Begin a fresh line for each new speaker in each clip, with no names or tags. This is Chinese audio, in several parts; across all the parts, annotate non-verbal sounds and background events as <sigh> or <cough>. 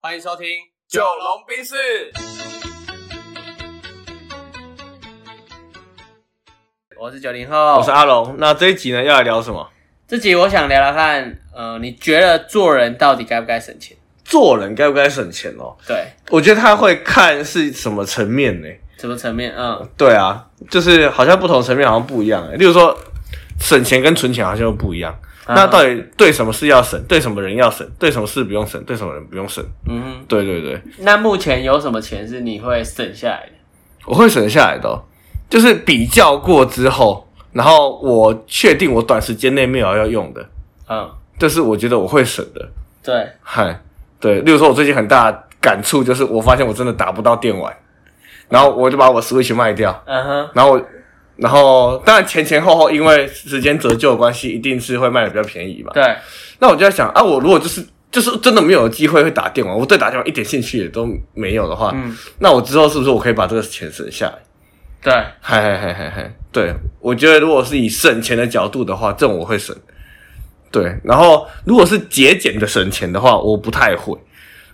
欢迎收听《九龙冰室》。我是九零后，
我是阿龙。那这一集呢，要来聊什么？
这集我想聊聊看，呃，你觉得做人到底该不该省钱？
做人该不该省钱哦？
对，
我觉得他会看是什么层面呢？
什么层面？嗯，
对啊，就是好像不同层面好像不一样欸。例如说，省钱跟存钱好像又不一样。
嗯
那到底对什么事要省，对什么人要省，对什么事不用省，对什么人不用省？
嗯哼，
对对对，
那目前有什么钱是你会省下来的？
我会省下来的哦、就是比较过之后，然后我确定我短时间内没有要用的，
嗯，
这是我觉得我会省的。
对，
嗨，对，例如说，我最近很大的感触就是，我发现我真的打不到电玩，然后我就把我 Switch 卖掉，
嗯哼，
然后我，然后当然前前后后因为时间折旧的关系，一定是会卖的比较便宜嘛。
对，
那我就在想啊，我如果就是就是真的没有机会会打电玩，我对打电玩一点兴趣也都没有的话，
嗯，
那我之后是不是我可以把这个钱省下来？
对，
嗨嗨嗨嗨嗨，对我觉得如果是以省钱的角度的话，这种我会省。对，然后如果是节俭的省钱的话，我不太会。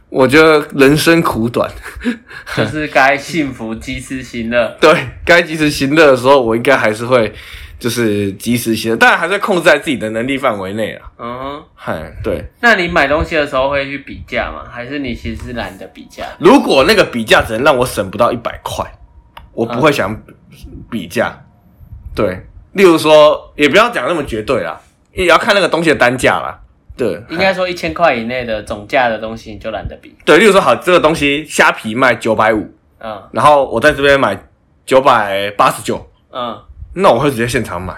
我觉得人生苦短，
<laughs>
<laughs>
就是该幸福及时行乐。
对该及时行乐的时候，我应该还是会就是及时行乐，当然还是控制在自己的能力范围内啊。
嗯哼，
嗨，对，
那你买东西的时候会去比价吗？还是你其实是懒得比价？
如果那个比价只能让我省不到一百块，我不会想比价。对，例如说，也不要讲那么绝对啦，也要看那个东西的单价啦。对，
应该说一千块以内的总价的东西你就懒得比。
对，例如说，好，这个东西虾皮卖九百五，
嗯
然后我在这边买九百八十九，
嗯
那我会直接现场买。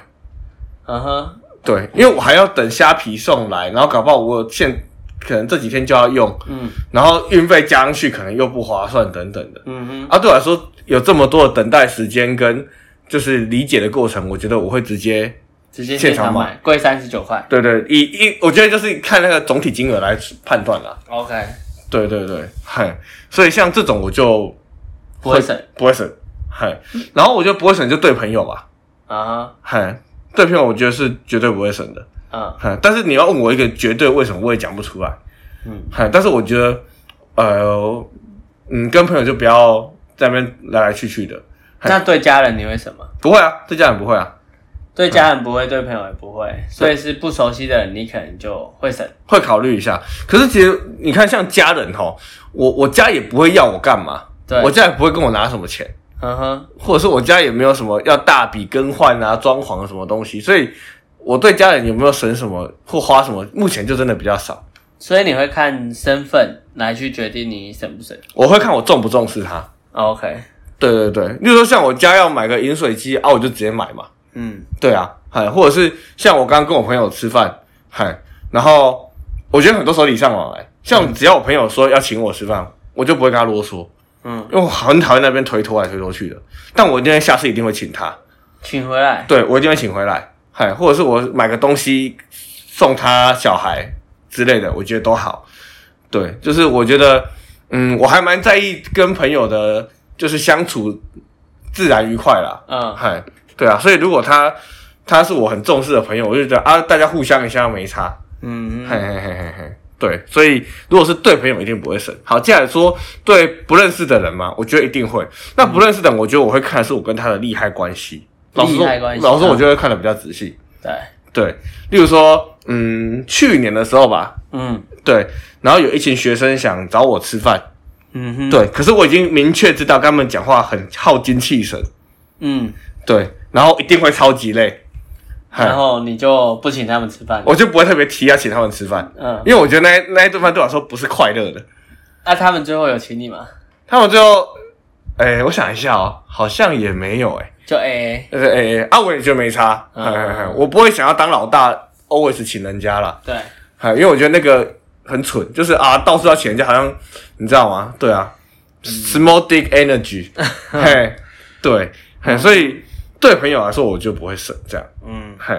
嗯哼，
对，因为我还要等虾皮送来，然后搞不好我现可能这几天就要用，
嗯
然后运费加上去可能又不划算等等的。
嗯哼。
啊，对我来说有这么多的等待时间跟就是理解的过程，我觉得我会直接，
直接现
现
场
场
买
买，
贵三十九块。
对对，以一我觉得就是看那个总体金额来判断啦。
OK，
对对对，嗨，所以像这种我就
不会省
不会省，嗨，然后我觉得不会省就对朋友吧，
啊
嗨，对朋友我觉得是绝对不会省的，
哈，嗯
嗨，但是你要问我一个绝对为什么，我也讲不出来，
嗯，
嗨，但是我觉得，呃，嗯，跟朋友就不要在那边来来去去的，嗨
那对家人你会什么？
不会啊，对家人不会啊，
对家人不会，对朋友也不会，所以是不熟悉的人，你可能就会省。
会考虑一下。可是其实你看，像家人哈，我我家也不会要我干嘛，
对
我家也不会跟我拿什么钱，
嗯哼，
或者是我家也没有什么要大笔更换啊、装潢什么东西，所以我对家人有没有省什么或花什么，目前就真的比较少。
所以你会看身份来去决定你省不省。哦
我会看我重不重视它。
OK，
对对对，例如说像我家要买个饮水机啊，我就直接买嘛。
嗯
对啊，嗨，或者是像我刚刚跟我朋友吃饭，嗨，然后我觉得很多手礼尚往来，像只要我朋友说要请我吃饭，我就不会跟他啰嗦。
嗯，
因为我很讨厌那边推脱来推脱去的。但我今天下次一定会请他，
请回来。
对我一定会请回来，嗨，或者是我买个东西送他小孩之类的，我觉得都好。对，就是我觉得，嗯，我还蛮在意跟朋友的，就是相处自然愉快啦，
嗯
嗨，对啊，所以如果他他是我很重视的朋友，我就觉得啊，大家互相一下没差，
嗯
嘿
哼，
嘿嘿嘿嘿，对，所以如果是对朋友，一定不会省。好，接下来说对不认识的人嘛，我觉得一定会。那不认识的人，我觉得我会看的是我跟他的利害关系。老实
利
说
害关，系啊
老实说，我就会看的比较仔细。
对，
对，例如说，嗯，去年的时候吧，
嗯
对，然后有一群学生想找我吃饭，
嗯哼，，
对，可是我已经明确知道跟他们讲话很耗精气神，
嗯，
对，然后一定会超级累，嗨
然后你就不请他们吃饭。
我就不会特别提要请他们吃饭，
嗯，
因为我觉得那那一顿饭对我来说不是快乐的。
那他们最后有请你吗？
他们最后，哎、我想一下哦，好像也没有哎、
就 AA。
就是哎、啊，我也觉得没差，
嗯
嗨嗨嗨我不会想要当老大，always 请人家啦，
对，
嗨因为我觉得那个很蠢，就是啊，到处要请人家，好像你知道吗？对啊、s m a l l dick <laughs> energy，嘿，对，嘿，所以对朋友来说，我就不会省这样，
嗯，
嘿，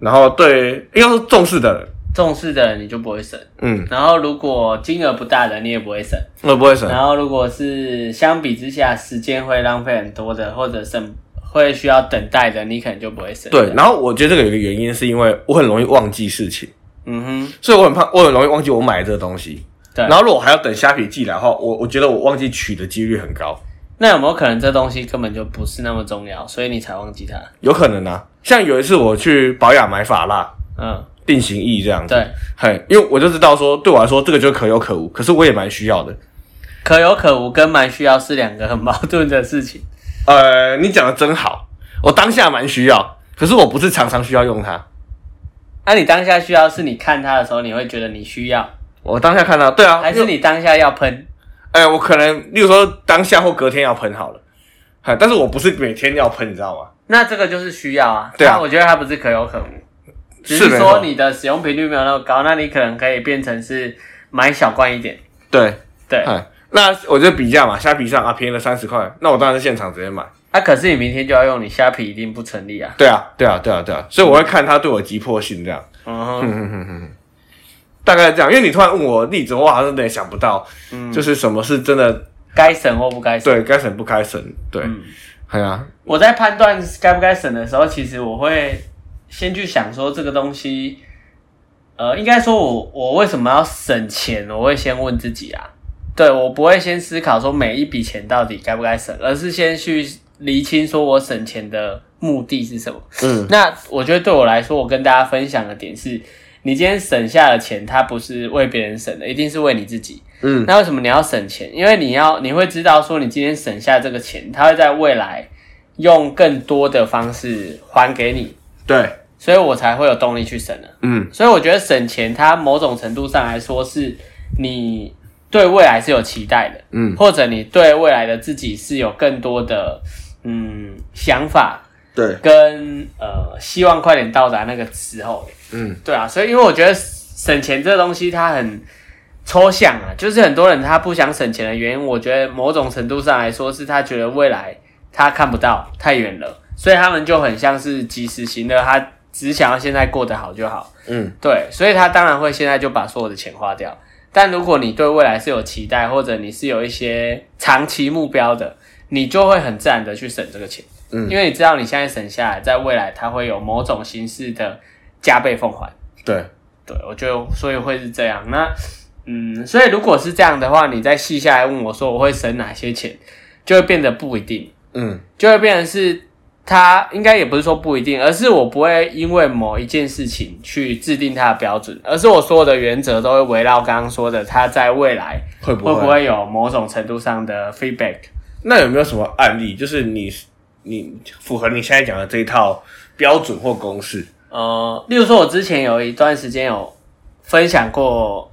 然后对应该说重视的人，
重视的人你就不会省。
嗯，
然后如果金额不大的，你也不会省。
我不会省，
然后如果是相比之下，时间会浪费很多的，或者省会需要等待的，你可能就不会省。
对，，然后我觉得这个有一个原因，是因为我很容易忘记事情。
嗯哼，
所以我很怕，我很容易忘记我买这个东西。
对
然后如果还要等虾皮寄来的话，我我觉得我忘记取的几率很高，
那有没有可能这东西根本就不是那么重要，所以你才忘记它？
有可能啊。像有一次我去保养买法蜡
嗯，
定型液这样子，
对，
嘿，因为我就知道说对我来说这个就可有可无，可是我也蛮需要的。
可有可无跟蛮需要是两个很矛盾的事
<laughs>
情。
呃，你讲的真好，我当下蛮需要，可是我不是常常需要用它。
那、啊你当下需要是你看它的时候，你会觉得你需要，
我当下看到，对啊，
还是你当下要喷？
哎、我可能，例如说当下或隔天要喷好了，哎，但是我不是每天要喷，你知道吗？
那这个就是需要啊。
对啊
那我觉得它不是可有可无，只
没
是
错
说你的使用频率没有那么高，那你可能可以变成是买小罐一点。
对，
对，那、
哎，那我就比价嘛，虾皮上啊便宜了三十块，那我当然是现场直接买。
啊可是你明天就要用，你虾皮一定不成立啊。
对啊，对啊，对啊，对啊，所以我会看他对我急迫性这样，
嗯哼，
大概这样。因为你突然问我例子，我好像有点想不到，
嗯
就是什么是真的
该省或不该省。
对该省不该省，对，
嗯
哎呀，
我在判断该不该省的时候，其实我会先去想说这个东西，呃，应该说我我为什么要省钱，我会先问自己啊，对我不会先思考说每一笔钱到底该不该省，而是先去厘清说我省钱的目的是什么。
嗯，
那我觉得对我来说，我跟大家分享的点是，你今天省下的钱，它不是为别人省的，一定是为你自己。
嗯
那为什么你要省钱？因为你要你会知道说，你今天省下这个钱，它会在未来用更多的方式还给你，
对，
所以我才会有动力去省的。
嗯，
所以我觉得省钱，它某种程度上来说是你对未来是有期待的，
嗯，
或者你对未来的自己是有更多的嗯想法
对，
跟呃希望快点到达那个时候。
嗯，
对啊，所以因为我觉得省钱这东西它很抽象啊，就是很多人他不想省钱的原因，我觉得某种程度上来说是他觉得未来他看不到太远了，所以他们就很像是及时行乐，他只想要现在过得好就好。
嗯，
对，所以他当然会现在就把所有的钱花掉。但如果你对未来是有期待，或者你是有一些长期目标的，你就会很自然的去省这个钱，
嗯
因为你知道你现在省下来，在未来它会有某种形式的加倍奉还。
对，
对，我就所以会是这样。那嗯，所以如果是这样的话，你再细下来问我说我会省哪些钱，就会变得不一定，
嗯，
就会变成是它应该也不是说不一定，而是我不会因为某一件事情去制定它的标准，而是我所有的原则都会围绕刚刚说的，它在未来
会不
会不会有某种程度上的 feedback。
那有没有什么案例，就是你你符合你现在讲的这一套标准或公式？
呃，例如说，我之前有一段时间有分享过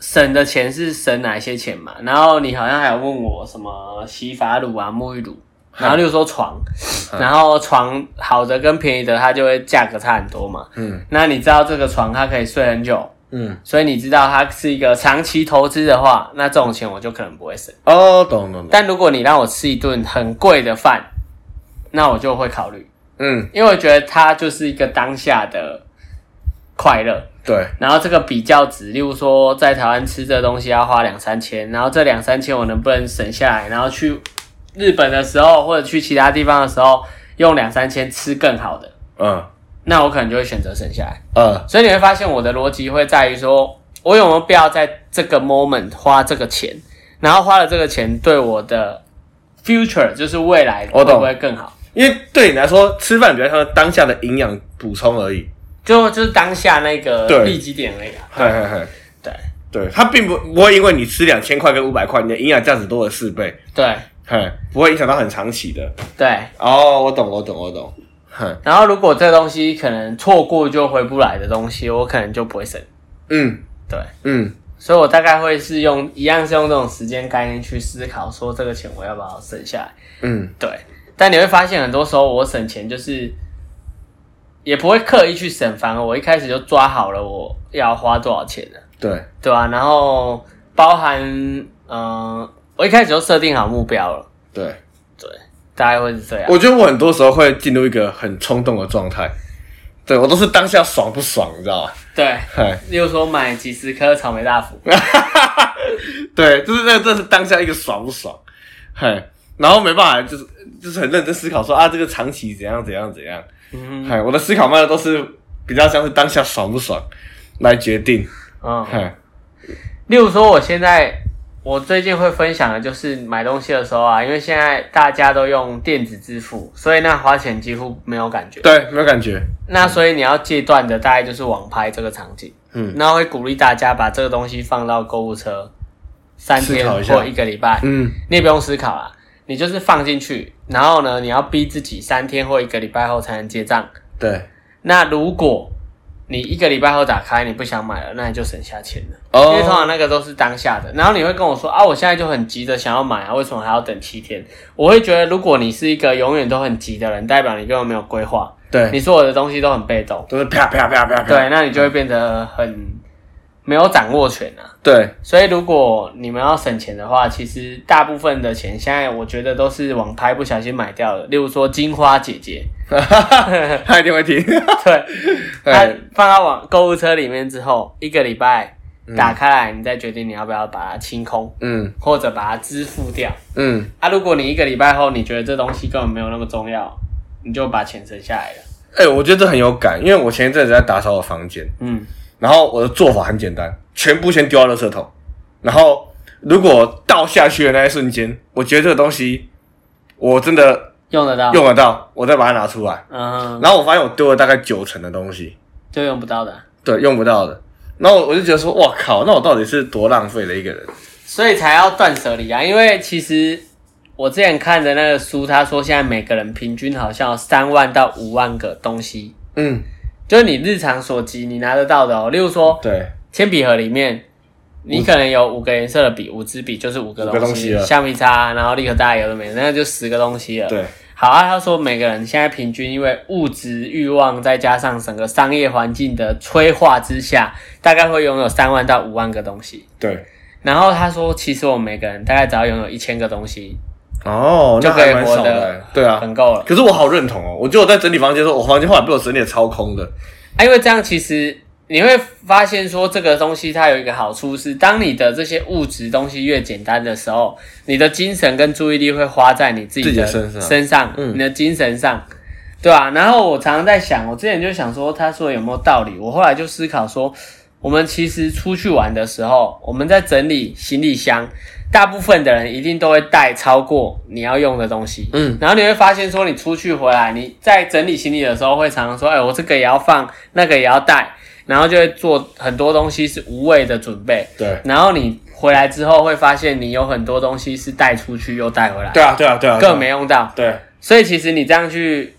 省的钱是省哪些钱嘛，然后你好像还有问我什么洗发乳啊、沐浴乳，然后例如说床，然后床好的跟便宜的，它就会价格差很多嘛。
嗯
那你知道这个床它可以睡很久，
嗯，
所以你知道它是一个长期投资的话，那这种钱我就可能不会省。
哦，懂懂懂，
但如果你让我吃一顿很贵的饭，那我就会考虑。
嗯，
因为我觉得它就是一个当下的快乐。
对，
然后这个比较值，例如说在台湾吃这东西要花两三千，然后这两三千我能不能省下来，然后去日本的时候或者去其他地方的时候用两三千吃更好的，
嗯
那我可能就会选择省下来。
呃，
所以你会发现我的逻辑会在于说，我有没有必要在这个 moment 花这个钱，然后花了这个钱对我的 future 就是未来
我
会
懂
不会更好？
因为对你来说，吃饭比较像当下的营养补充而已。
就就是当下那个
对
利基点而
<laughs>
已啊。
嗨嗨嗨，
对
对，它并不不会因为你吃两千块跟五百块，你的营养价值多了四倍，
对
嗨，不会影响到很长期的。
对，
哦，我懂，我懂，我懂。嗨，
然后如果这东西可能错过就回不来的东西，我可能就不会省。
嗯
对，
嗯，
所以我大概会是用一样是用这种时间概念去思考，说这个钱我要不要省下来。
嗯，
对，但你会发现很多时候我省钱就是也不会刻意去省，反而我一开始就抓好了我要花多少钱了，
对，
对吧、然后包含嗯、呃我一开始就设定好目标了，
对。
对，大概会是这样。
我觉得我很多时候会进入一个很冲动的状态，对我都是当下爽不爽，你知道吗？
对，
嗨，
例如说买几十颗草莓大福，
<laughs> 对，就是那这是当下一个爽不爽，嗨，然后没办法，就是就是很认真思考说啊，这个长期怎样怎样怎样，
嗯
嗨，我的思考慢的都是比较像是当下爽不爽来决定，
嗯。
嗨，
例如说，我现在我最近会分享的就是买东西的时候啊，因为现在大家都用电子支付，所以那花钱几乎没有感觉。
对，没有感觉，
那所以你要戒断的大概就是网拍这个场景，
嗯
那会鼓励大家把这个东西放到购物车，三天
思考一下
或一个礼拜，
嗯，
你也不用思考啊，你就是放进去，然后呢，你要逼自己三天或一个礼拜后才能结账。
对，
那如果你一个礼拜后打开，你不想买了，那你就省下钱了。因为通
哦，
常那个都是当下的，然后你会跟我说啊，我现在就很急着想要买啊，为什么还要等七天？我会觉得，如果你是一个永远都很急的人，代表你根本没有规划，你
对，嗯
所有的东西都很被动，
都是啪啪啪啪啪，
对，那你就会变得很没有掌握权啊。
对，
所以，如果你们要省钱的话，其实大部分的钱现在我觉得都是网拍不小心买掉的，例如说金花姐姐， <laughs>
他一定会听，
对，它
对，
放到网购物车里面之后，一个礼拜打开来，你再决定你要不要把它清空，
嗯
或者把它支付掉。
嗯，
啊，如果你一个礼拜后你觉得这东西根本没有那么重要，你就把钱省下来了。
哎，我觉得这很有感，因为我前一阵子在打扫我房间，
嗯，
然后我的做法很简单，全部先丢到垃圾桶，然后如果倒下去的那一瞬间，我觉得这个东西我真的
用得到，
用得到，我再把它拿出来。
嗯，
然后我发现我丢了大概九成的东西，
就用不到的啊，
对，用不到的。然后我就觉得说，哇靠，那我到底是多浪费的一个人？
所以才要断舍离啊。因为其实我之前看的那个书，他说现在每个人平均好像有三万到五万个东西，
嗯，
就是你日常所及你拿得到的哦。例如说，
对，
铅笔盒里面，你可能有五个颜色的笔，五支笔就是五个
五个
东
东西了
橡皮擦，然后立可大有的没的，那就十个东西了。，
对，
好啊，他说每个人现在平均因为物质欲望，再加上整个商业环境的催化之下，大概会拥有三万到五万个东西。
对。
然后他说，其实我们每个人大概只要拥有一千个东西，
哦，
就
那
可以
还蛮
活
少的
得
欸，对啊。
很够了。
可是我好认同哦，我觉得我在整理房间的时候，我房间后来被我整理的超空的。
啊，因为这样其实你会发现说，这个东西它有一个好处是，当你的这些物质东西越简单的时候，你的精神跟注意力会花在你自己
自己
的
的身上嗯
你的精神上，对啊，然后我常常在想，我之前就想说，他说有没有道理？我后来就思考说，我们其实出去玩的时候，我们在整理行李箱。大部分的人一定都会带超过你要用的东西，
嗯，
然后你会发现说，你出去回来，你在整理行李的时候，会常常说，哎、我这个也要放，那个也要带，然后就会做很多东西是无谓的准备。
对，
然后你回来之后，会发现你有很多东西是带出去又带回来，
对啊，对啊，对啊，
更没用到。
对，
所以其实你这样去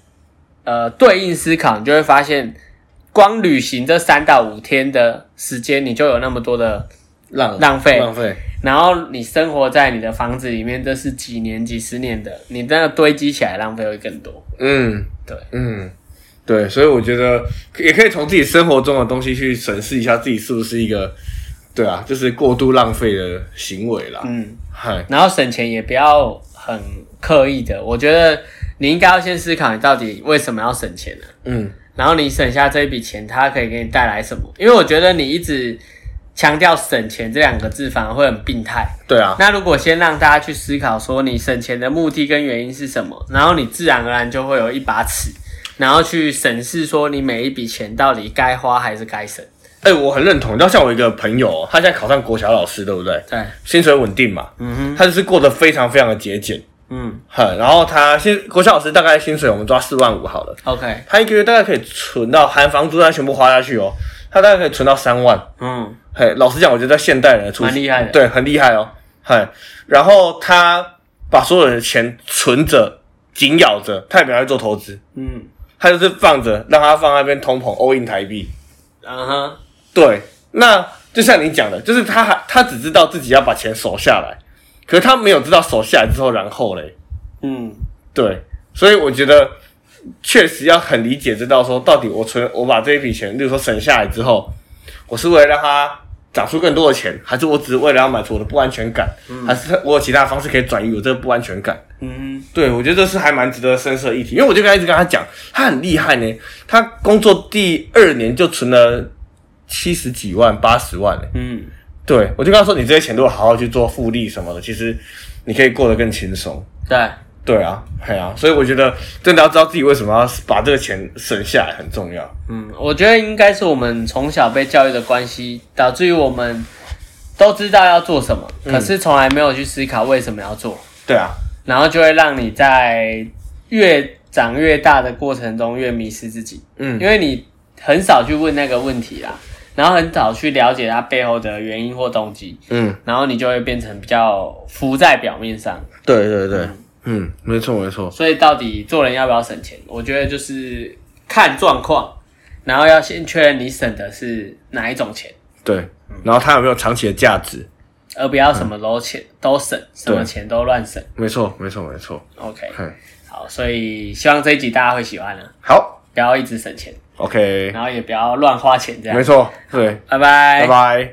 呃对应思考，你就会发现，光旅行这三到五天的时间，你就有那么多的
浪
浪费
浪费，
然后你生活在你的房子里面，这是几年、几十年的，你那个堆积起来浪费会更多。
嗯，
对，
嗯，对，所以我觉得也可以从自己生活中的东西去审视一下自己是不是一个，对啊，就是过度浪费的行为啦。
嗯，
嗨，
然后省钱也不要很刻意的，我觉得你应该要先思考你到底为什么要省钱呢、
嗯，
然后你省下这一笔钱，它可以给你带来什么？因为我觉得你一直强调省钱这两个字，反而会很病态。
对啊，
那如果先让大家去思考说你省钱的目的跟原因是什么，然后你自然而然就会有一把尺，然后去审视说你每一笔钱到底该花还是该省。
哎、我很认同。你知道，像我一个朋友，他现在考上国小老师，对不对？
对，
薪水稳定嘛，
嗯哼，
他就是过得非常非常的节俭。
嗯
哼，然后他薪国小老师大概薪水我们抓四万五好了，
，OK，
他一个月大概可以存到含房租，他全部花下去哦，他大概可以存到三万。
嗯，
嘿，老实讲，我觉得在现代人的出
蛮厉害的
对，很厉害哦。嘿，然后他把所有的钱存着，紧咬着，他也没有在做投资，
嗯，
他就是放着，让他放那边通膨 all in 台币。
嗯哼，
对，那就像你讲的，就是他还他只知道自己要把钱守下来，可是他没有知道守下来之后，然后嘞，
嗯，
对，所以我觉得确实要很理解知道说，到底我存我把这一笔钱，例如说省下来之后，我是为了让它长出更多的钱，还是我只是为了要满足我的不安全感，还是我有其他方式可以转移我这个不安全感？
嗯哼，
对，我觉得这是还蛮值得深思的议题，因为我就跟他一直跟他讲，他很厉害呢，他工作第二年就存了七十几万、八十万呢。
嗯，
对，我就跟他说，你这些钱如果好好去做复利什么的，其实你可以过得更轻松。
对，
对啊，哎啊，所以我觉得真的要知道自己为什么要把这个钱省下来很重要。
嗯，我觉得应该是我们从小被教育的关系，导致于我们都知道要做什么，
嗯
可是从来没有去思考为什么要做，
对啊，
然后就会让你在越长越大的过程中越迷失自己，
嗯
因为你很少去问那个问题啦，然后很少去了解它背后的原因或动机，
嗯，
然后你就会变成比较浮在表面上。
对对对，嗯，没错没错，
所以到底做人要不要省钱？我觉得就是看状况，然后要先确认你省的是哪一种钱，
对。然后它有没有长期的价值？
而不要什么都钱、都省，什么钱都乱省。
没错没错没错，
OK，
嗯，
好，所以希望这一集大家会喜欢啊，
好
不要一直省钱，
，OK，
然后也不要乱花钱，这样
没。错，对，
拜拜
拜。拜。